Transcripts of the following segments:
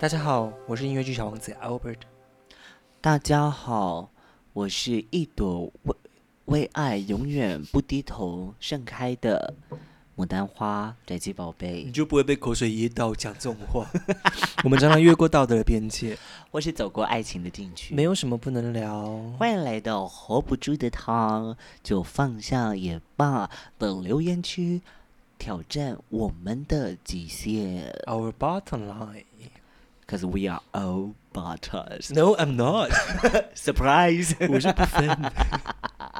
大家好，我是音乐剧小王子 Albert。大家好，我是一朵为为爱永远不低头盛开的牡丹花宅基宝贝你。就不会被口水噎到讲这种 话？我们常常越过道德的边界，我是走过爱情的禁区，没有什么不能聊。欢迎来到 hold 不住的他，就放下也罢的留言区，挑战我们的极限。 Our bottom line. Cause we are all butters. No, I'm not. Surprise！我是不分。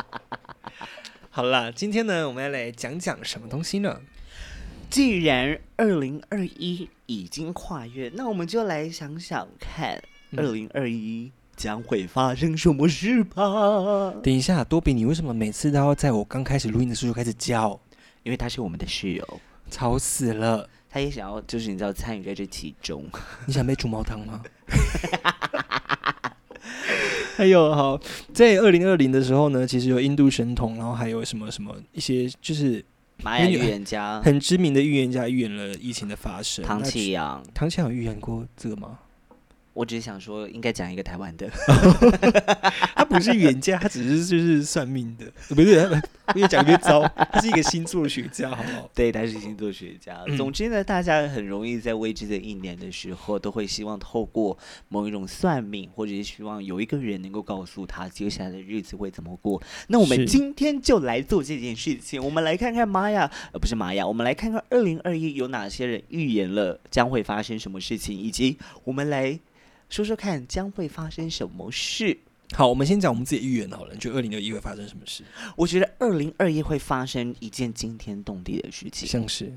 好啦，今天呢，我们要来讲讲什么东西呢？既然二零二一已经跨越，那我们就来想想看，嗯二零二一将会发生什么事吧。等一下，多比，你为什么每次都要在我刚开始录音的时候就开始叫？ 因为他是我们的室友，吵死了！他也想要，就是你知道参与在这其中。你想被煮毛汤 吗？还有哎好，在二零二零的时候呢，其实有印度神童，然后还有什么什么一些，就是玛雅美预女言 家很知名的预言家预言了疫情的发生。嗯唐那启阳，唐启阳有预言过这个吗？我只是想说，应该讲一个台湾的。他不是预言家，他只是就是算命的，呃不 是？越讲越糟，他是一个星座学家，好不好？对，他是星座学家。嗯总之呢，大家很容易在未知的一年的时候，都会希望透过某一种算命，或者是希望有一个人能够告诉他接下来的日子会怎么过。那我是们今天就来做这件事情，我们来看看玛雅，呃，不是玛雅，我们来看看二零二一有哪些人预言了将会发生什么事情，以及我们来说说看将会发生什么事。好，我们先讲我们自己预言好了。你觉得二零二一会发生什么事？我觉得二零二一会发生一件惊天动地的事情，像是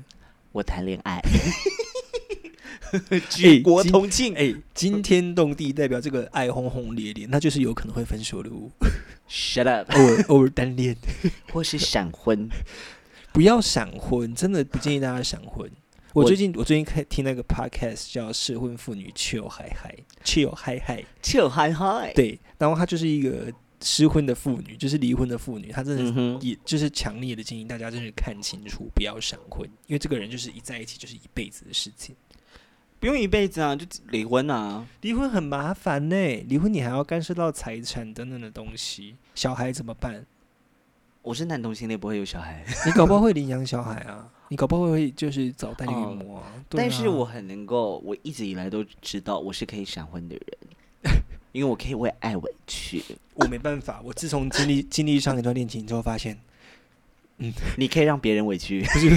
我谈恋 爱。哎举国同庆， 哎，惊天动地，代表这个爱轰轰烈烈，那就是有可能会分手的 哦， Shut up，偶尔偶尔单恋， 或是闪婚。不要闪婚，真的不建议大家闪婚。我我最近我最近看听那个 podcast 叫《适婚妇女 chill 嗨嗨 chill 嗨嗨》，就嗨嗨，对，然后她就是一个失婚的妇女，就是离婚的妇女，她真的嗯哼，也就是强烈的建议大家真是看清楚，不要闪婚，因为这个人就是一在一起就是一辈子的事情。不用一辈子啊，就离婚啊。离婚很麻烦呢、离婚你还要干涉到财产等等的东西，小孩怎么办？我是男同性恋，不会有小孩， 你搞不好会领养小孩啊， 你搞不好会就是找代理孕母啊。对啊但是我很能够，我一直以来都知道我是可以闪婚的人， 因为我可以为爱委屈。我没办法，我自从经历经历上一段恋情之后，发 现你可以让别人委屈，不是，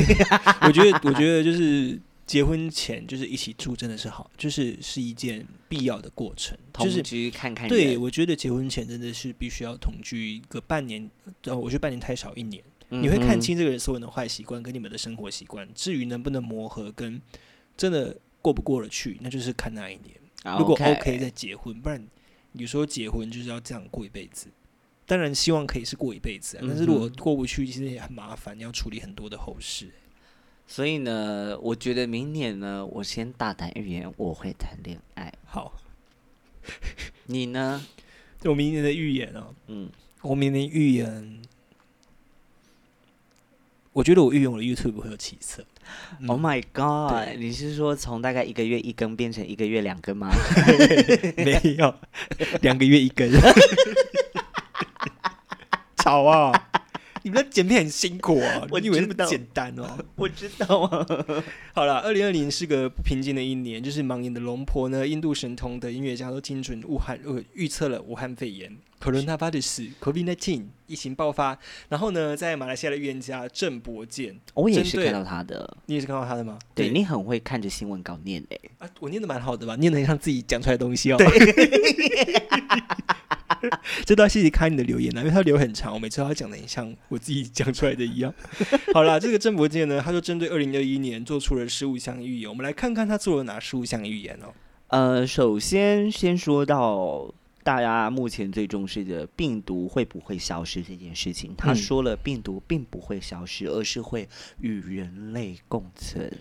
我觉得我觉得就是结婚前就是一起住真的是好，就是是一件必要的过程， 就同是居看看人。对，我觉得结婚前真的是必须要同居个半年，呃，我觉得半年太少，一年嗯你会看嗯清这个人所有的坏习惯跟你们的生活习惯。至于能不能磨合，跟真的过不过得去，那就是看那一年。啊如果 OK OK 再结婚，不然有时候结婚就是要这样过一辈子。当然希望可以是过一辈子、啊，但是如果嗯哼过不去，其实也很麻烦，要处理很多的后事。所以呢，我觉得明年呢，我先大胆预言我会谈恋爱。好， 你呢？我明年的预言啊，嗯，我明年预言，我觉得我预言我的 YouTube 会有起色。 嗯 Oh my god！对你是说从大概一个月一更变成一个月两更吗？没有，两个月一 根，吵啊！你们的剪片很辛苦啊，我你以为那知么道简单哦？ 我知道啊。好了，二零二零是个不平静的一年，就是盲眼的龙婆呢，印度神童的音乐家都精准武汉呃预测了武汉肺炎 coronavirus COVID-19 疫情爆发，然后呢，在马来西亚的预言家郑伯健， 我也针是对看到他的。你也是看到他的吗？对你很会看着新闻稿念诶、啊，我念的蛮好的吧？念的像自己讲出来的东西哦。 这都要谢谢看你的留言啊，因为他留很长，我每次都要讲的很像我自己讲出来的一样。好啦，这个郑伯健呢，他就针对二零二一年做出了十五项预言，我们来看看他做了哪十五项预言哦。呃，首先先说到大家目前最重视的病毒会不会消失这件事情。他嗯说了，病毒并不会消失，而是会与人类共存。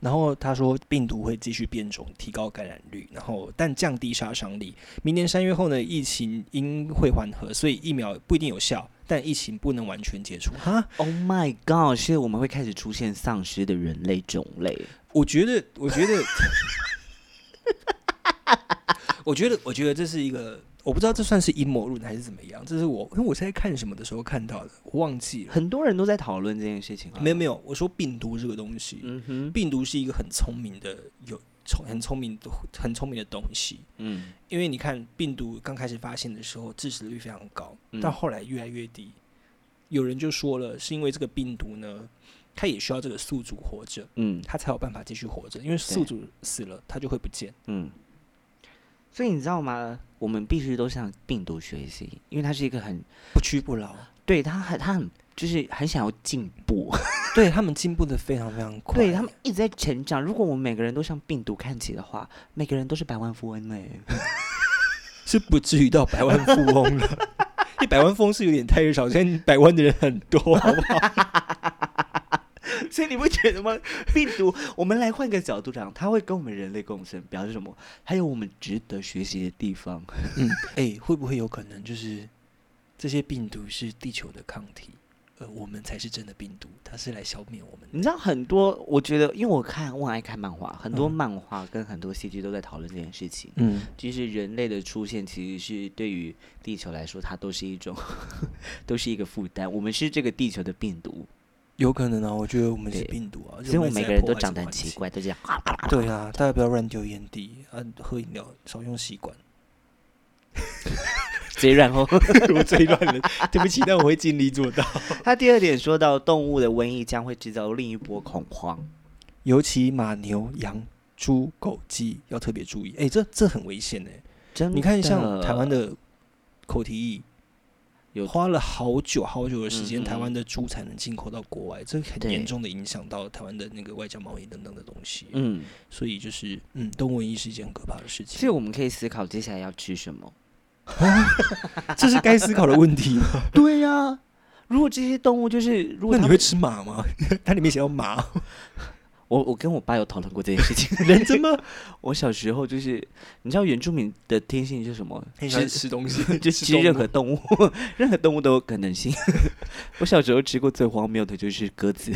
然后他说，病毒会继续变种，提高感染率，然后但降低杀伤力。明年三月后呢，疫情应会缓和，所以疫苗不一定有效，但疫情不能完全解除。哈， Oh my god！所以我们会开始出现丧失的人类种类。我觉得，我觉得， 我觉得，我觉得这是一个，我不知道这算是阴谋论还是怎么样。这是我，因为我是在看什么的时候看到的，我忘记了。很多人都在讨论这件事情啊。没有没有，我说病毒这个东西，嗯哼，病毒是一个很聪明的，有聪很聪明的很聪明的东西。嗯，因为你看病毒刚开始发现的时候，致死率非常高，嗯到后来越来越低。有人就说了，是因为这个病毒呢，它也需要这个宿主活着，嗯它才有办法继续活着。因为宿主死了，它就会不见。嗯。所以你知道吗？我们必须都向病毒学习，因为它是一个很不屈不挠。对它很它很就是很想要进步，对他们进步的非常非常快。对他们一直在成长。如果我们每个人都向病毒看齐的话，每个人都是百万富翁嘞、是不至于到百万富翁了。 一百万富翁是有点太少，现在百万的人很多，好不好？ 所以你不觉得吗？病毒，我们来换个角度讲，它会跟我们人类共生，表示什么？还有我们值得学习的地方。嗯，哎、会不会有可能就是这些病毒是地球的抗体，而我们才是真的病毒，它是来消灭我们的你知道很多，我觉得，因为我看我很爱看漫画，很多嗯漫画跟很多戏剧都在讨论这件事情。嗯，其实人类的出现，其实是对于地球来说，它都是一种， 都是一个负担。我们是这个地球的病毒，有可能啊，我觉得我们是对病毒啊，就所以我一直们每在个人破都坏长这得个很环奇境。怪，都 这样。 对啊，大家不要乱丢烟蒂啊，喝饮料少用吸管。所以然后， 我最乱了， 对不起，但我会尽力做到。他第二点说到，动物的瘟疫将会制造另一波恐慌。 尤其马、牛、羊、猪、狗、鸡要特别注意，哎、这这很危险哎、真的，你看，像台湾的口蹄疫，有花了好久好久的时间，嗯嗯台湾的猪才能进口到国外，这很对严重的影响到台湾的那个外交贸易等等的东西。嗯，所以就是，嗯，动物瘟疫是一件很可怕的事所以情，我们可以思考接下来要吃 什么。这是该思考的问题吗？对呀、 如果这些动物就是，如果那它你们会吃马吗？ 它里面写到 马，我我跟我爸有讨论过这件事 情，人怎么我小时候就是，你知道原住民的天性是什么？吃吃东西 就吃吃动任物何动物， 任何动物都有可能性。 我小时候吃过最荒谬的就是鸽子，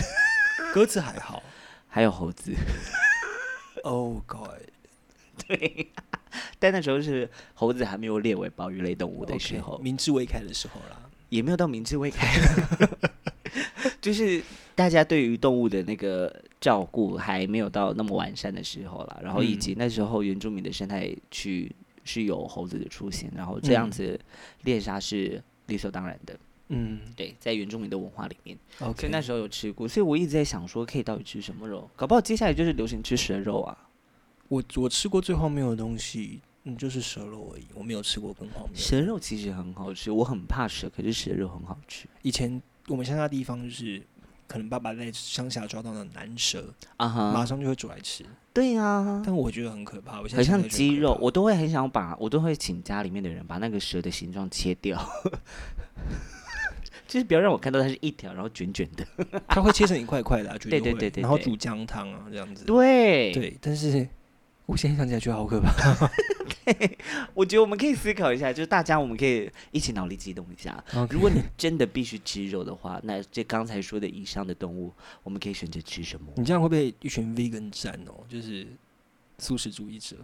鸽子还好还有猴子。 ，Oh God，但那时候是猴子还没有列为保育类动物我的时候明智未开的时候啦，也没有到明智未开， 就是大家对于动物的那个照顾还没有到那么完善的时候啦。然后以嗯及那时候原住民的生态区是有猴子的出现，然后这样嗯子猎杀是理所当然的。嗯对，在原住民的文化里面，所，OK，以那时候有吃过，所以我一直在想说，可以到底吃什么肉？搞不好接下来就是流行吃蛇肉啊，我我吃过最荒谬的东西，嗯，就是蛇肉而已，我没有吃过更荒谬的。蛇肉其实很好吃，我很怕蛇，可是蛇肉很好吃以前我们乡下地方就是，可能爸爸在乡下抓到的南蛇，啊哈马，上就会煮来吃，对啊，但我觉得很可怕。我现在很像想起来鸡就肉很，可怕我都会很想把，我都会请家里面的人把那个蛇的形状切掉， 就是不要让我看到它是一条，然后卷卷的。它会切成一块块 的啊、绝对对会对对然后对煮姜汤啊这样子。对，对，但是我现在想起来觉得好可怕。我觉得我们可以思考一下，就是大家我们可以一起脑力激动一下。如果你真的必须吃肉的话，那这刚才说的以上的动物，我们可以选择吃什么？你这样会被一群 vegan 占哦，就是素食主义者。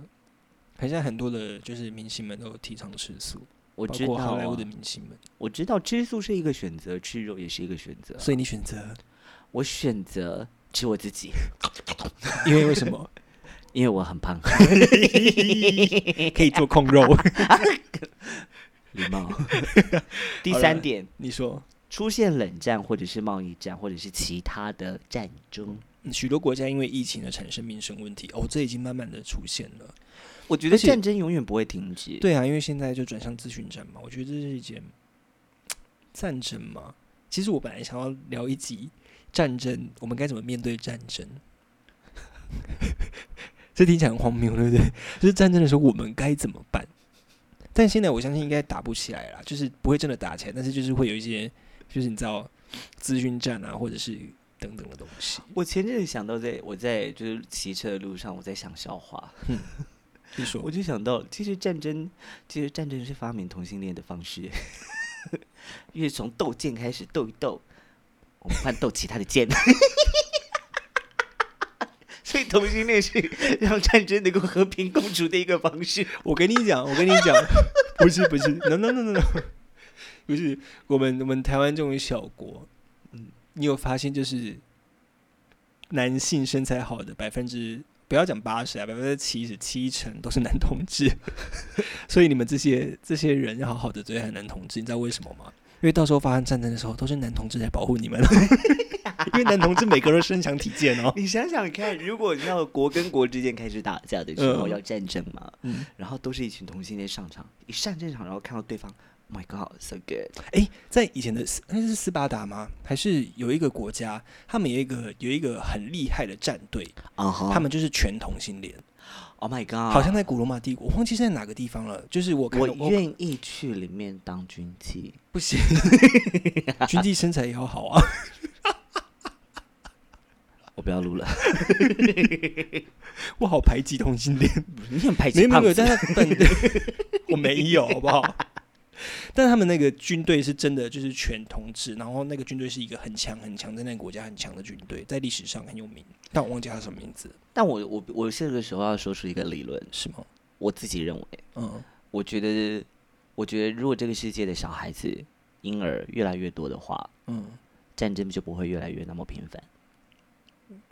很像很多的，就是明星们都提倡吃素，我包知括道、好莱坞啊的，明星们。我知道吃素是一个选择，吃肉也是一个选择。所以你选择，我选择吃我自己，因为为什 么因为我很 胖。可以做控肉？礼 貌。第好三了点，你说，出现冷战或者是贸易战或者是其他的战争，嗯许多国家因为疫情而产生民生问题，哦，这已经慢慢的出现了。我觉得得是战争永远不会停止。，对啊，因为现在就转向咨询战嘛，我觉得这是一件战争嘛。其实我本来想要聊一集战争，我们该怎么面对战争， 这听起来很荒谬，对不对？就是战争的时候我们该怎么办？但现在我相信应该打不起来啦，就是不会真的打起来，但是就是会有一些，就是你知道资讯战啊，或者是等等的东西。我前阵子想到在，我在就是骑车的路上，我在想笑话，你说我就想到，其实战争，其实战争是发明同性恋的方式， 因为从斗剑开始斗一斗，我们换斗其他的剑， 所以同性恋是让战争能够和平共处的一个方式。我跟你讲，我跟你讲， 不是不是，no no no no no，不是我们我们台湾这种小国，嗯嗯，你有发现就是男性身材好的百分之不要讲八十啊，百分之七十七成都是男同志， 所以你们这些这些人要好好的对待男同志，你知道为什么吗？因为到时候发生战争的时候，都是男同志来保护你们， 因为男同志每个人都身强体健哦。你想想看，如果你要国跟国之间开始打架的时嗯候，要战争嘛，嗯，然后都是一群同性恋上场，一上战场，然后看到对方，Oh my God，so good，诶，在以前的斯那是斯巴达吗？还是有一个国家，他们有一个有一个很厉害的战队，啊哈、他们就是全同性恋， ，Oh my God，好像在古罗马帝国，我忘记是在哪个地方了。就是我看我到愿意去里面当军妓，不行， 军纪身材也要好啊。我不要录了。我好排挤同性恋， 你很排没挤有没有哎胖没有，子，但他本 我没有，好不好？但他们那个军队是真的，就是全同志，然后那个军队是一个很强很强，在那个国家很强的军队，在历史上很有名，但我忘记他什么名字，但我我我这个时候要说出一个理论，是吗？我自己认为，嗯，我觉得，我觉得如果这个世界的小孩子、婴儿越来越多的话，嗯战争就不会越来越那么频繁。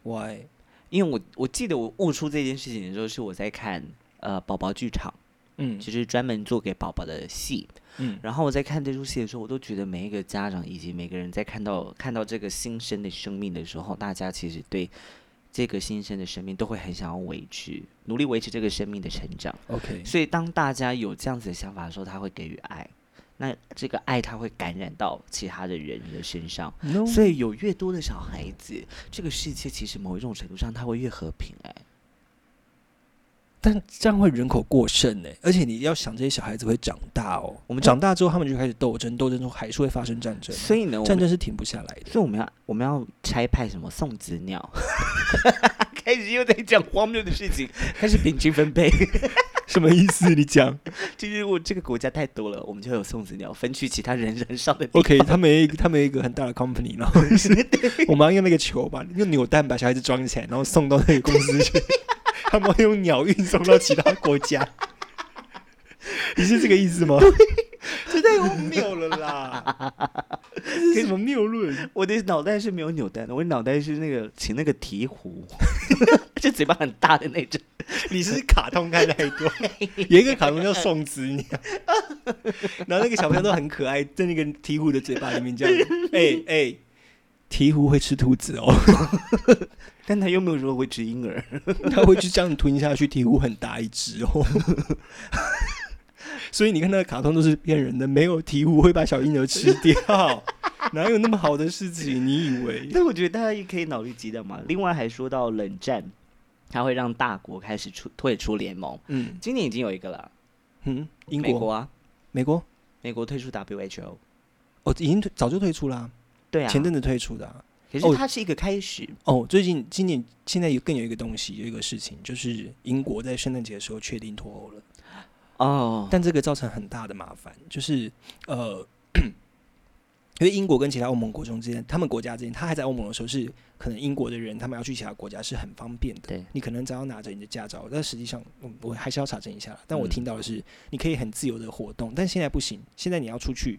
，Why？因为我我记得我悟出这件事情的时候，是我在看呃宝宝剧场，嗯就是专门做给宝宝的戏。嗯然后我在看这出戏的时候，我都觉得每一个家长以及每个人在看到看到这个新生的生命的时候，大家其实对这个新生的生命都会很想要维持，努力维持这个生命的成长。 ，OK，所以当大家有这样子的想法的时候，他会给予爱，那这个爱他会感染到其他的人的身上。 No 所以有越多的小孩子，这个世界其实某一种程度上，它会越和平、哎，但这样会人口过剩呢、而且你要想这些小孩子会长大哦，我们长大之后他们就开始斗争，斗争中还是会发生战争，所以呢，我战们争是停不下来的。所以我们要我们要拆派什么送子鸟， 开始又在讲荒谬的事情， 开始平均分配。 什么意思？你 讲 就是我这个国家太多了，我们就有送子鸟分去其他人人少的地？OK，他们有一个他们有一个很大的 company，然后 是我们要用那个球吧，用扭蛋把小孩子装起来，然后送到那个公司 去，他们会用鸟运送到其他国家。 你是这个意思吗？ 这太荒谬了啦！ 这是什么谬论？我的脑袋是没有扭蛋的，我的脑袋是那个请那个鹈鹕， 就嘴巴很大的那种。你是卡通看太多，有一个卡通叫送子鸟，然后那个小朋友都很可爱，在那个鹈鹕的嘴巴里面这 样，哎哎，鹈鹕会吃兔子哦， 但他又没有说会吃婴儿， 它会就这样吞下去，鹈鹕很大一只哦。 所以你看那个卡通都是骗人的，没有鹈鹕会把小婴儿吃 掉，哪有那么好的事情？你以为？但我觉得大家也可以脑力激荡嘛。另外还说到冷战，它会让大国开始出退出联盟。嗯今年已经有一个了，嗯，英美国、国啊，美国美国退出 WHO。哦，已经退早就退出啦，对啊，前阵子退出的啊、可哦是它是一个开始，哦，最近今年现在有更有一个东西，有一个事情，就是英国在圣诞节的时候确定脱欧了，哦，但这个造成很大的麻烦，就是呃，因为英国跟其他欧盟国中之间，他们国家之间，他还在欧盟的时候是可能英国的人他们要去其他国家是很方便的，对你可能只要拿着你的驾照，但实际上嗯我还是要查证一下啦，但我嗯听到的是你可以很自由的活动，但现在不行，现在你要出去，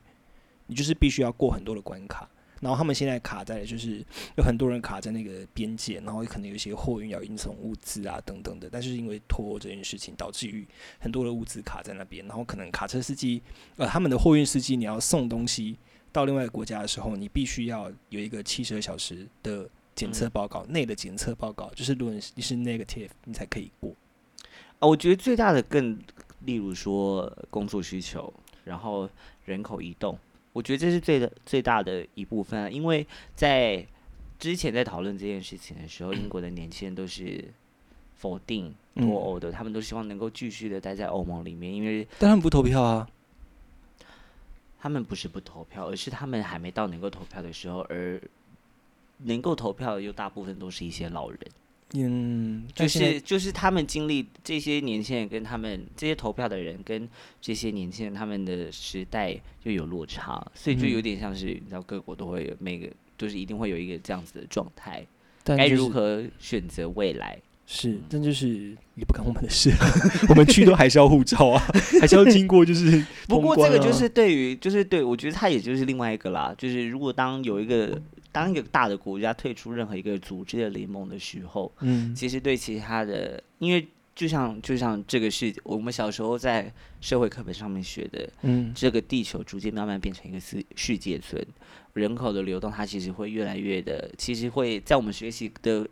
你就是必须要过很多的关卡。然后他们现在卡在就是有很多人卡在那个边界，然后可能有一些货运要运送物资啊等等的，但是因为脱欧这件事情，导致于很多的物资卡在那边，然后可能卡车司机呃他们的货运司机你要送东西到另外一个国家的时候，你必须要有一个七十二小时的检嗯测报告、内的检测报告，就是如果你是你是 negative，你才可以过。啊，我觉得最大的更，例如说工作需求，然后人口移动，我觉得这是最的最大的一部分啊。因为在之前在讨论这件事情的时候，英国的年轻人都是否定嗯脱欧的，他们都希望能够继续的待在欧盟里面，因为但他们不投票啊。他们不是不投票，而是他们还没到能够投票的时候，而能够投票的又大部分都是一些老人，嗯，就但现在是就是他们经历这些年轻人跟他们这些投票的人跟这些年轻人他们的时代就有落差，所以就嗯有点像是你知道各国都会有每个就是一定会有一个这样子的状态，但该就是如何嗯选择未来？是，但就是也不干我们的事，啊 我们去都还是要护照啊， 还是要经过就是不通过这关个啊就是对于，就是对我觉得它也就是另外一个啦，就是如果当有一个当一个大的国家退出任何一个组织的联盟的时候，嗯其实对其他的，因为就像就像这个是我们小时候在社会课本上面学的，嗯这个地球逐渐慢慢变成一个世世界村，人口的流动它其实会越来越的，其实会在我们学习的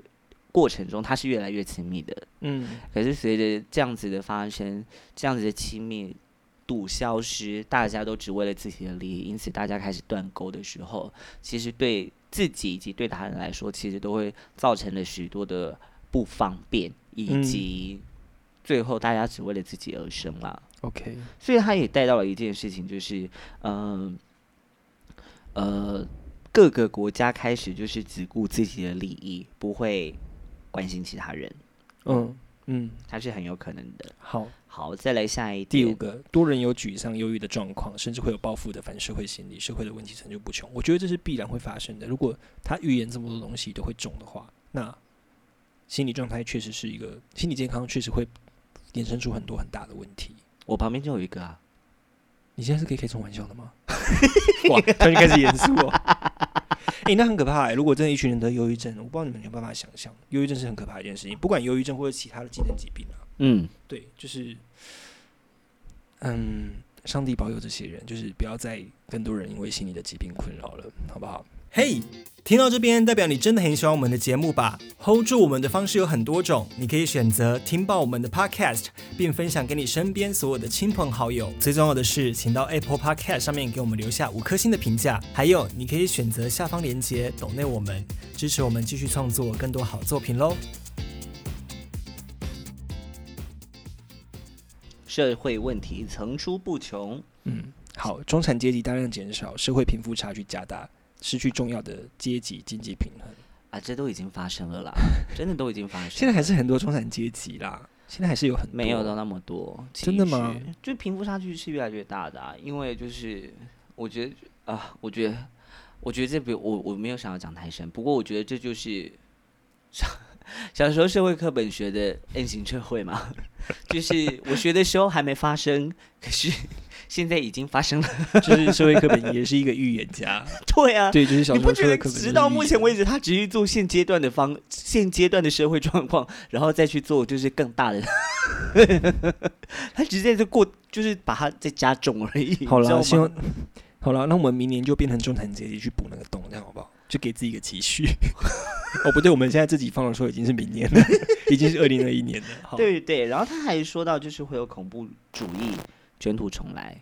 过程中，它是越来越亲密的。嗯可是随着这样子的发生，这样子的亲密度消失，大家都只为了自己的利益，因此大家开始断钩的时候，其实对自己以及对他人来说，其实都会造成了许多的不方便，以嗯及最后大家只为了自己而生啦。 ，OK，所以他也带到了一件事情，就是嗯呃各个国家开始就是只顾自己的利益，不会关心其他人，嗯嗯，它是很有可能的。好，好，再来下一第五点个，多人有沮丧、忧郁的状况，甚至会有报复的反社会心理，社会的问题层出不穷。我觉得这是必然会发生的。如果他预言这么多东西都会中的话，那心理状态确实是一个心理健康，确实会衍生出很多很大的问题。我旁边就有一个啊，你现在是可以开这种玩笑的吗？哇，突然开始严肃哦。 哎、那很可怕、欸。如果真的一群人得忧郁症，我不知道你们有没有办法想象，忧郁症是很可怕的一件事情，不管忧郁症或者其他的精神疾病啊。嗯，对，就是，嗯，上帝保佑这些人，就是不要再更多人因为心理的疾病困扰了，好不好？嘿、听到这边，代表你真的很喜欢我们的节目吧？Hold 住我们的方式有很多种，你可以选择听爆我们的 Podcast，并分享给你身边所有的亲朋好友。最重要的是，请到 Apple Podcast 上面给我们留下五颗星的评价。还有，你可以选择下方链接抖内我们，支持我们继续创作更多好作品喽。社会问题层出不穷。嗯，好，中产阶级大量减少，社会贫富差距加大，失去重要的阶级经济平衡。啊，这都已经发生了啦，真的都已经发生了。现在还是很多中产阶级啦，现在还是有很多没有到那么多，其真的吗实？就贫富差距是越来越大的、啊，因为就是我觉得啊，我觉得，我觉得这不，我我没有想要讲太深，不过我觉得这就是小小时候社会课本学的 N 型社会嘛，就是我学的时候还没发生，可是现在已经发生了。 就是社会课本也是一个预言家，对啊，对，就是小你时候不社觉得会课本就是预言。直到目前为止，他只是做现阶段的方现阶段的社会状况，然后再去做就是更大的， 他直接就过就是把它再加重而已。好你知啦，道吗希望好啦，那我们明年就变成中产阶级去补那个洞，这样好不好？就给自己一个期许。 哦，不对，我们现在自己放的时候已经是明年 了，已经是二零二一年了。好，对对，然后他还说到就是会有恐怖主义卷土重来，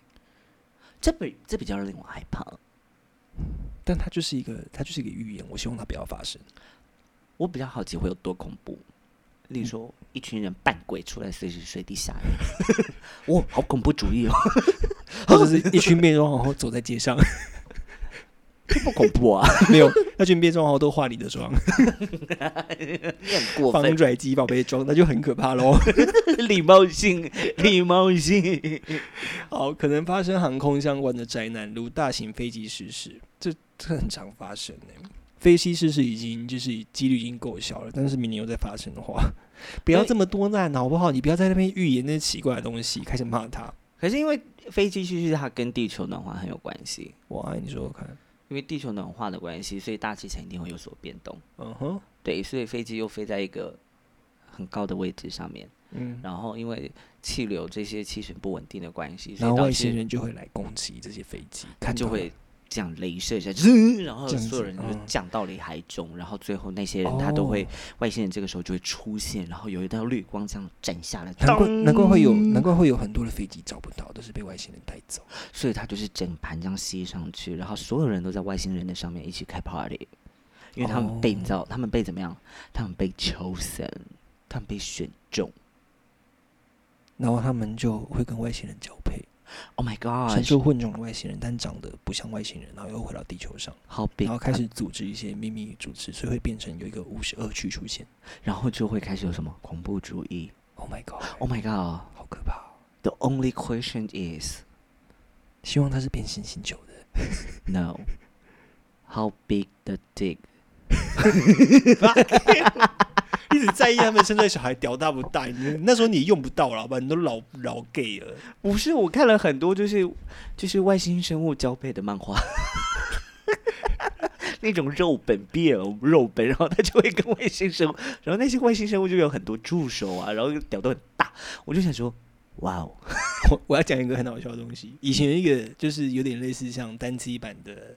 这比这比较令我害怕。但它就是一个，它就是一个预言，我希望它不要发生。我比较好奇会有多恐怖，嗯例如说一群人扮鬼出来，随时随地吓人， 哇，好恐怖主义哦，或者是一群面妆皇后走在街上，这不恐怖啊， 没有，那群变装皇后都化你的妆，你很过分防。拽鸡宝贝妆，那就很可怕喽。 礼貌性，礼貌性。 好，可能发生航空相关的灾难，如大型飞机失事，这这很常发生呢、飞机失事已经就是几率已经够小了，但是明年又再发生的话， 不要这么多难好不好？你不要在那边预言那些奇怪的东西，开始骂他。可是因为飞机失事，它跟地球暖化很有关系，我爱你说说看，因为地球暖化的关系，所以大气层一定会有所变动。嗯哼，对，所以飞机又飞在一个很高的位置上面，嗯，然后因为气流这些气旋不稳定的关系，然所以后导外星致人就会来攻击这些飞机，它看就到会这样镭射一下，滋然后这样所有子人就嗯降到了海中，然后最后那些人他都会哦外星人这个时候就会出现，然后有一道绿光这样斩下来，难怪难怪会有当难怪会有很多的飞机找不到，都是被外星人带走。所以他就是整盘这样吸上去，然后所有人都在外星人的上面哦一起开 party，因为他们被你知道，他们被怎么样？他们被 chosen，他们被选中。然后他们就会跟外星人交配， Oh my 神 god！兽混种的外星人，但长得不像外星人，然后又回到地球上，好 big，然后开始组织一些秘密组织，所以会变成有一个五十二区出现。然后就会开始有什么恐怖主义。 Oh my god！ Oh my god！The 好可怕哦！ only question is 希望它是变形星球的。 no. How big the dick？一直在意他们生出来小孩屌大不大？你 那时候你用不到了，好吧？你都老老 gay 了。不是，我看了很多就是就是外星生物交配的漫画， 那种肉本 BL 肉本，然后他就会跟外星生物，然后那些外星生物就有很多助手啊，然后屌都很大，我就想说，哇哦， 我我要讲一个很好笑的东西。以前有一个就是有点类似像单机版的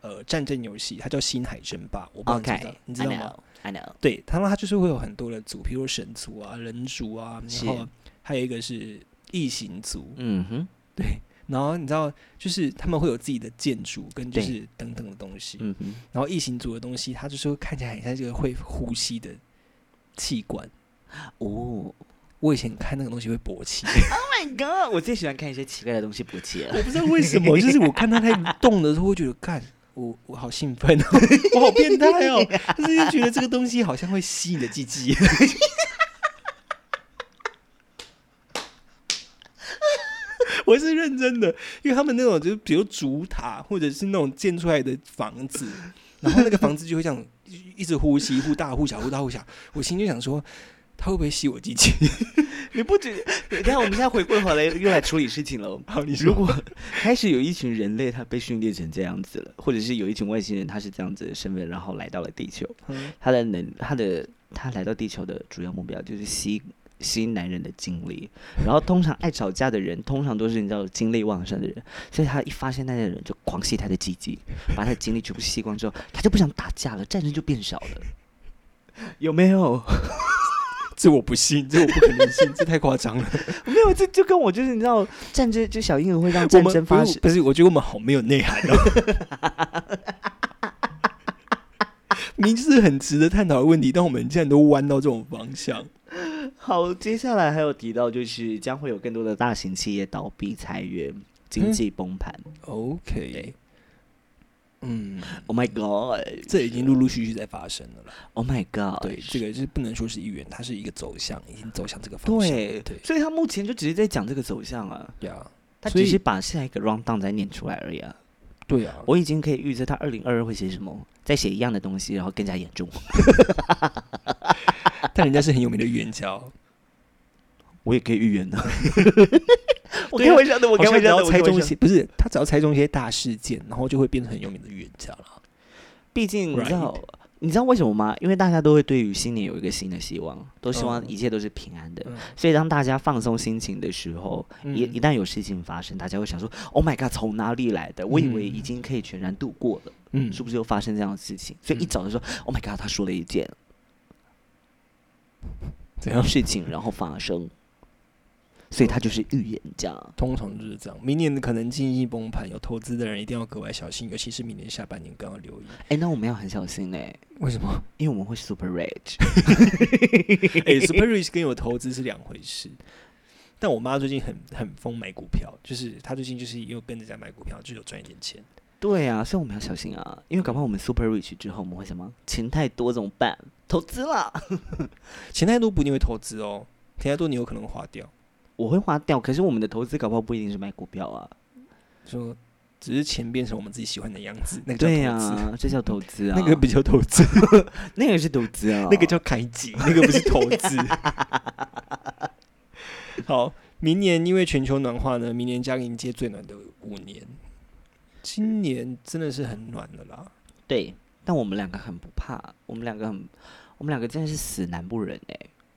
呃战争游戏，它叫《星海争霸》，我不知道你知道 OK，你知道 I 吗？ know, I know，对，他们它就是会有很多的族，比如神族啊、人族啊，是然后还有一个是异形族，嗯哼，对。然后你知道，就是他们会有自己的建筑跟就对是等等的东西。嗯哼，然后异形族的东西，它就是会看起来很像这个会呼吸的器官。哦我以前看那个东西会勃起， ，My God，我最喜欢看一些奇怪的东西勃起了。我不知道为什么，就是我看它在动的时候，会觉得干。我我好兴奋哦， 我好变态哦，就是就觉得这个东西好像会吸你的鸡鸡。 我是认真的，因为他们那种就是比如竹塔或者是那种建出来的房子，然后那个房子就会这样一直呼吸，忽大忽小，忽大忽小。我心里就想说，它会不会吸我鸡鸡？ 你不止，等一下我们现在回过头来又来处理事情了。好，你如说果开始有一群人类他被训练成这样子了，或者是有一群外星人他是这样子的身份，然后来到了地球，嗯他的能他的他来到地球的主要目标就是吸引吸引男人的精力，然后通常爱吵架的人，通常都是你知道精力旺盛的人，所以他一发现那些人就狂吸他的鸡鸡，把他的精力全部吸光之后，他就不想打架了，战争就变少了， 有没有？这我不信，这我不可能信，这太夸张了。没有， 这就跟我就是你知道 战争，就小婴儿会让我战们争不发是生。不是，我觉得我们好没有内涵哦。明明就是很值得探讨的问题，但我们竟然都弯到这种方向。 好，接下来还有提到就是将会有更多的大型企业倒闭、裁员、经嗯济崩盘。 OK，嗯， Oh my god！这已经陆陆续续在发生了啦。 Oh my god！对，这个就是不能说是一元，它是一个走向，已经走向这个方向。对对所以他目前就只是在讲这个走向啊，呀，他所只以是把下一个 round down 再念出来而已啊。对啊，我已经可以预测他二零二二会写什么，再写一样的东西，然后更加严重。但人家是很有名的预言家哦，我也可以预言的。 我对啊开玩笑 的，我好开像玩只笑的，要我开猜中玩一笑些，的。不是他只要猜中一些大事件，然后就会变成很有名的预言家了。毕竟你知 Right 道，你知道为什么吗？因为大家都会对于新年有一个新的希望，都希望嗯一切都是平安的。嗯所以当大家放松心情的时候，一嗯一旦有事情发生，大家会想说：“Oh my god，从哪里来的？我以为已嗯经可以全然度过了，嗯是不是又发生这样的事情？”所以一嗯早就说：“Oh my god，他说了一件怎样？事情，然后发生。”所以他就是预言家。通常就是这样。明年可能经济崩盘，有投资的人一定要格外小心，尤其是明年下半年更要留意。哎，那我们要很小心嘞，为什么？因为我们会 super rich。 哎、s u p e r rich 跟有投资是两回事。但我妈最近很很疯买股票，就是她最近就是又跟着在买股票，就有赚一点钱。对啊，所以我们要小心啊，因为搞不好我们 super rich 之后，我们会什么？钱太多怎么办？投资了，钱太多不一定会投资哦，钱太多你有可能花掉。我会花掉。可是我们的投资搞不好不一定是买股票啊。说啊只是钱变成我们自己喜欢的样子，那个叫对投呀、资，这叫投资啊。那个不叫投资， 那个是投资啊，那个叫开 机，那个不是投资。 好，明年因为全球暖化呢，明年将迎接最暖的五年。今年真的是很暖的啦，对，但我们两个很不怕，我们两个很，我们两个真的是死南部人哎、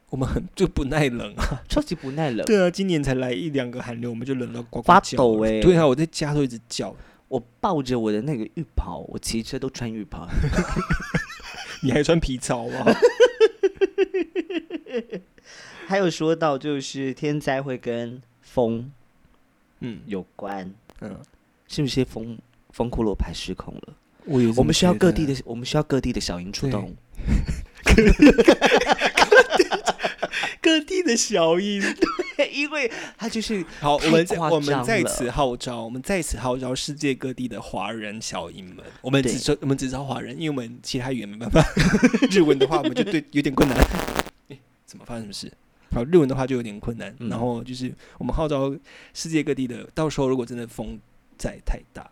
我们很就不耐冷啊。超级不耐冷。对啊，今年才来一两个寒流，我们就冷到呱呱发叫抖了欸对啊，我在家都一直叫，我抱着我的那个浴袍，我骑车都穿浴袍。你还穿皮草啊？ 还有说到就是天灾会跟风嗯有关，嗯，是不是风风骷髅牌失控了？我也我们需要各地的，我们需要各地的小鹰出对动。 各地的小 音。因为他就是好，我太们在夸我们张在了此号召，我们在此号召世界各地的华人小英们，我们对只招我们只招华人，因为我们其他语言没办法， 日文的话我们就对有点困难。诶怎么发生什么事？好，日文的话就有点困难。嗯然后就是我们号召世界各地的，到时候如果真的风再太大，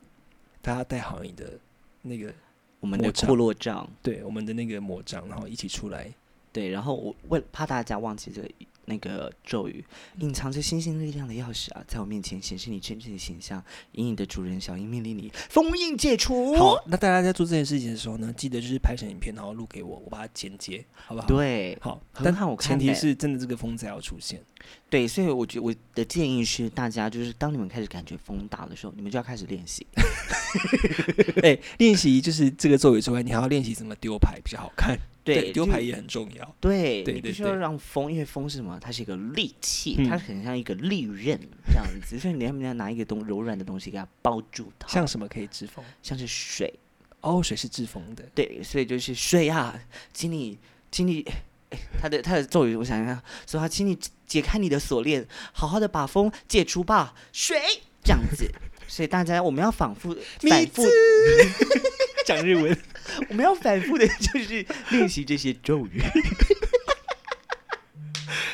大家带好你的那个，我们的魔杖库洛杖，对我们的那个魔杖，然后一起出来。对，然后我为了怕大家忘记这个那个咒语，隐藏着星星力量的钥匙啊，在我面前显示你真正的形象，以你的主人小樱命令你封印解除。好，，那大家在做这件事情的时候呢，记得就是拍成影片，然后录给我，我把它剪接，好不好？，对好，很但好看前提的是真的这个风才要出现。对，所以我觉我的建议是，大家就是当你们开始感觉风大的时候，你们就要开始练习。哎、练习就是这个咒语之外，你还要练习怎么丢牌比较好看。对，丢就牌也很重要。对，对你对必须要对让风，因为风是什么？它是一个利器，它嗯很像一个利刃这样子，所以你要不要拿一个东柔软的东西给它包住它，像什么可以制风？像是水，哦，水是制风的。对，所以就是水啊，请你，请你，哎他的他的咒语我想一下，说他请你解开你的锁链，好好的把风解除吧，水这样子。所以大家我们要反 复反复， 讲日文，我们要反复的 就是练习这些咒 语。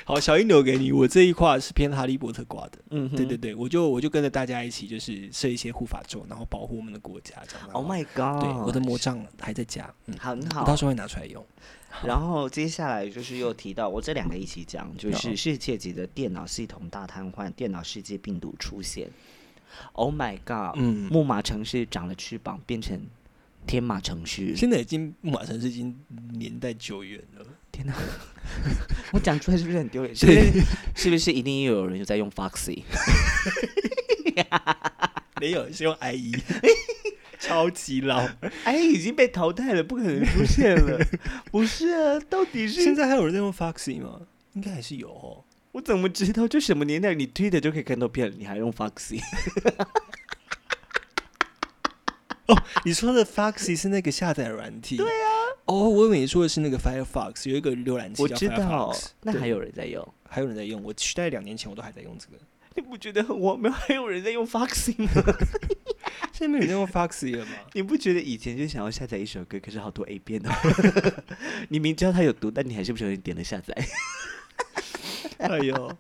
好，小英留给你。我这一挂是偏哈利波特挂的。嗯哼对对对，我就我就跟着大家一起，就是设一些护法咒，然后保护我们的国家，这样。 ，Oh my god！对，我的魔杖还在家，嗯，好，你我好到。时候会拿出来用。 然后接下来就是又提到，我这两个一起讲，就好是世界级的电脑系统大瘫痪，电脑世界病毒出现。Oh my god！嗯，木马城市长了翅膀，变成天马城市。现在已经木马城市已经年代久远了。天哪！ 我讲出来是不是很丢脸？是不是？是不是一定又有人又在用 Foxy？没有，是用 IE，超级老。 哎，已经被淘汰了，不可能出现 了。不是啊，到底现在还有人在用 Foxy 吗？应该还是有哦。我怎么知道？就什么年代你推的就可以看到片，你还用 Foxy？你说的 Foxy 是那个下载软体？对啊。哦，我以为你说的是那个 Firefox，有一个浏览器我叫知道 Firefox，，那对还有人在用。还有人在用。我大概两年前我都还在用这个，你不觉得很荒谬？还有人在用 Foxy 吗？ 现在没有人在用 Foxy 了吗？你不觉得以前就想要下载一首歌，可是好多 A 片 哦？你明知道它有毒，但你还是不小心点了下载。 哎呦，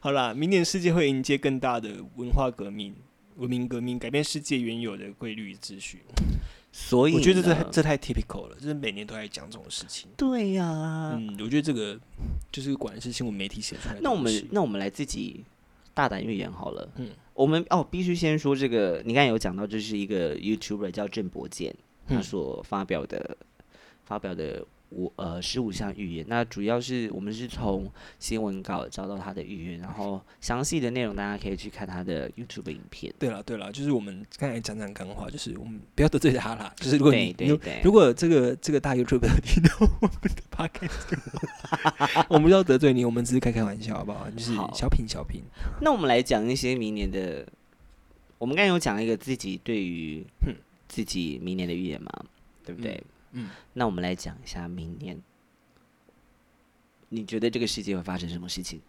好啦，明年世界会迎接更大的文化革命。文明革命改变世界原有的规律与秩序，所以我觉啊得这太呢这太 typical 了，就是每年都在讲这种事情。对呀、嗯，我觉得这个就是果然是新闻媒体写出来的东西。那我们那我们来自己大胆预言好了。嗯我们哦，必须先说这个，你刚才有讲到，这是一个 YouTuber 叫郑伯健，他嗯所发表的、发表的五呃十五项预言。那主要是我们是从新闻稿找到他的预言，然后详细的内容大家可以去看他的 YouTube 影片。对了对了，就是我们刚才讲讲干话，就是我们不要得罪他啦。就是如果你对如对对如果这个这个大 YouTube 听到我们的 podcast，的 话我们不要得罪你，我们只是开开玩笑，好不好？就是好小品小品。那我们来讲一些明年的，我们刚才有讲一个自己对于嗯自己明年的预言嘛，对不对？嗯，那我们来讲一下明年，你觉得这个世界会发生什么事情？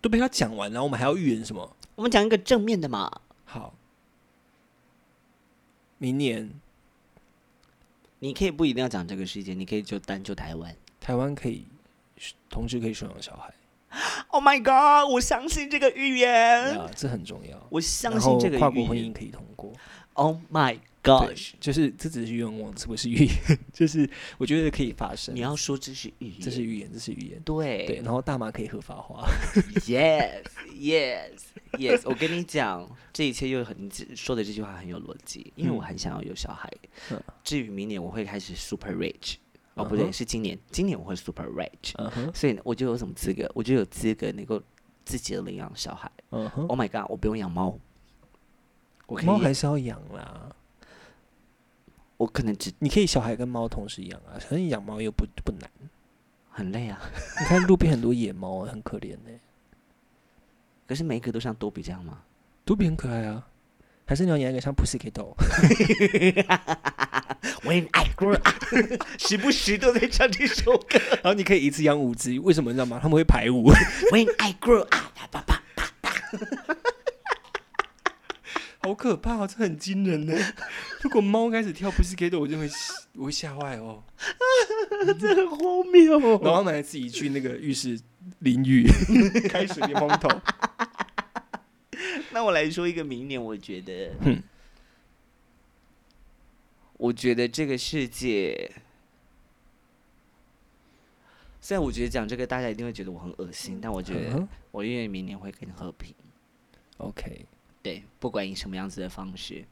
都被他讲完了，我们还要预言什么？我们讲一个正面的嘛。好，明年你可以不一定要讲这个世界，你可以就单就台湾。台湾可以同时可以收养小孩， Oh my god！我相信这个预言，啊，这很重要。嗯我相然信后这个跨国预婚言姻。可以通过。 Oh my 对 god！，就是这只是愿望，这不是预言， 就是我觉得可以发生你。要说这是预言，这是预言，这是预言。对对，然后大麻可以合法化， yes yes yes，我跟你讲，这一切又很你说的这句话很有逻辑，因为我嗯很想要有小孩。嗯至于明年我会开始 super rich，哦不嗯对，哼是今年，今年我会 super rich， 嗯哼，所以呢我就有什么资格？我就有资格能够自己领养小孩。嗯哼， Oh my god，我不用养猫，我可猫以，还是要养啦，我可能只你可以小孩跟猫同时养啊，反正养猫又不不难。很累啊。你看路边很多野猫、啊，很可怜呢、可是每一个都像多比这样吗？ 杜比很可爱啊，还是你要养一个像 Pussycat dog？ When I Grow Up，时 不时都在唱这首歌。然后你可以一次养五只，为什么你知道吗？他们会排舞， When I Grow Up，啪啪啪。 好可怕、哦，这很惊人呢。如果猫开始跳 p u s s y c a t 我就会吓我会吓坏哦。这很荒谬、然后他们还自己去那个浴室淋 浴，开始淋风头。那我来说一个明年，我觉得，嗯我觉得这个世界，虽然我觉得讲这个大家一定会觉得我很恶心，但我觉得嗯我愿意明年会更和平。 OK，对，不管以什么样子的方式，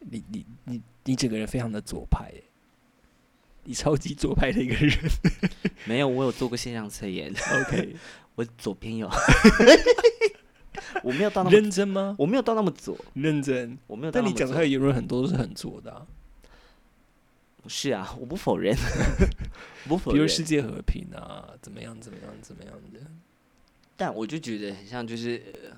你你你你整个人非常的左派耶，你超级左派的一个人。 没有，我有做过线上测 验， OK，我左边 有，我没有到那么，认真吗？ 我没有到那么左，认真。我没有到但那你么讲出左来，的言论很多都是很左的、啊，是啊，我不否 认，我不否比如认，世界和平啊，怎么样怎么样怎么样的。但我就觉得很像，就是、呃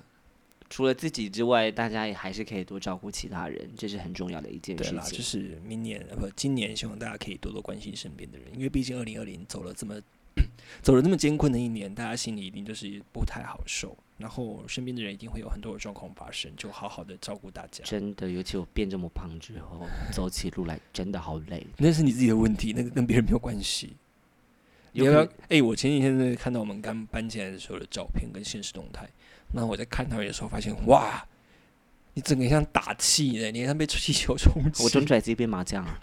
除了自己之外，大家也还是可以多照顾其他人，这是很重要的一件对事啦，情。就是明年呃不，今年希望大家可以多多关心身边的人，因为毕竟二零二零走了这么 走了这么艰困的一年，大家心里一定就是不太好受，然后身边的人一定会有很多的状况发生，就好好的照顾大家。真的，尤其我变这么胖之后，走起路来真的好累。那是你自己的问题，那个跟别人没有关系。你有要不可要能？哎、我前几天真的看到我们刚搬进来的时候的照片跟现实动态，那我在看到你的时候发现，哇，你整个像打气呢，你像被气球冲击。我中出来直接变麻将啊！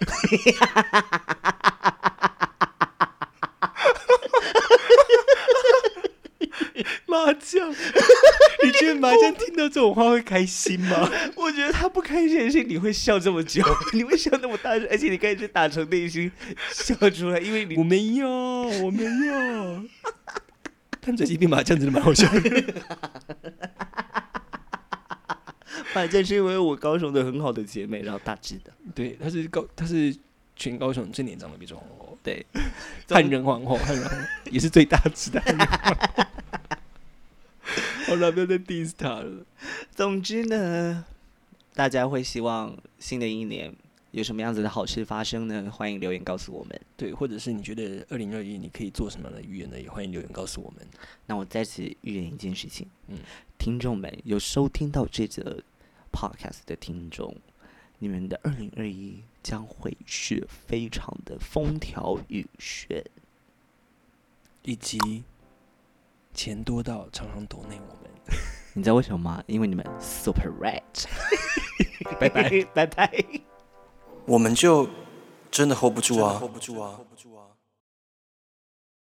麻 将，你觉得麻将听到这种话会开心吗？ 我觉得他不开心的是你会笑这 么久，你会笑那么大声，而且你开始打从内心 笑出来，因为 我你没有，我没有。 但最近兵麻将真的蛮好笑的。反正是因为我高手的很好的姐妹，然后大致的 对，她是高，她是全高雄最年长的比中 皇后，对，汉人皇后，汉人皇后 也是最大只的汉人皇后。 好了，不要再 diss 她了。总之呢，大家会希望新的一年有什么样子的好事发生呢？欢迎留言告诉我们。 对，或者是你觉得二零二一你可以做什么样的预言呢？也欢迎留言告诉我们。那我在此预言一件事情，嗯听众们有收听到这则 podcast 的听众，你们的二零二一将会是非常的风调雨顺。以及钱多到常常抖内我们。你知道为什么吗？因为你们 super rich。 拜拜， 拜拜。我们就真的 hold 不住啊，hold 不住啊。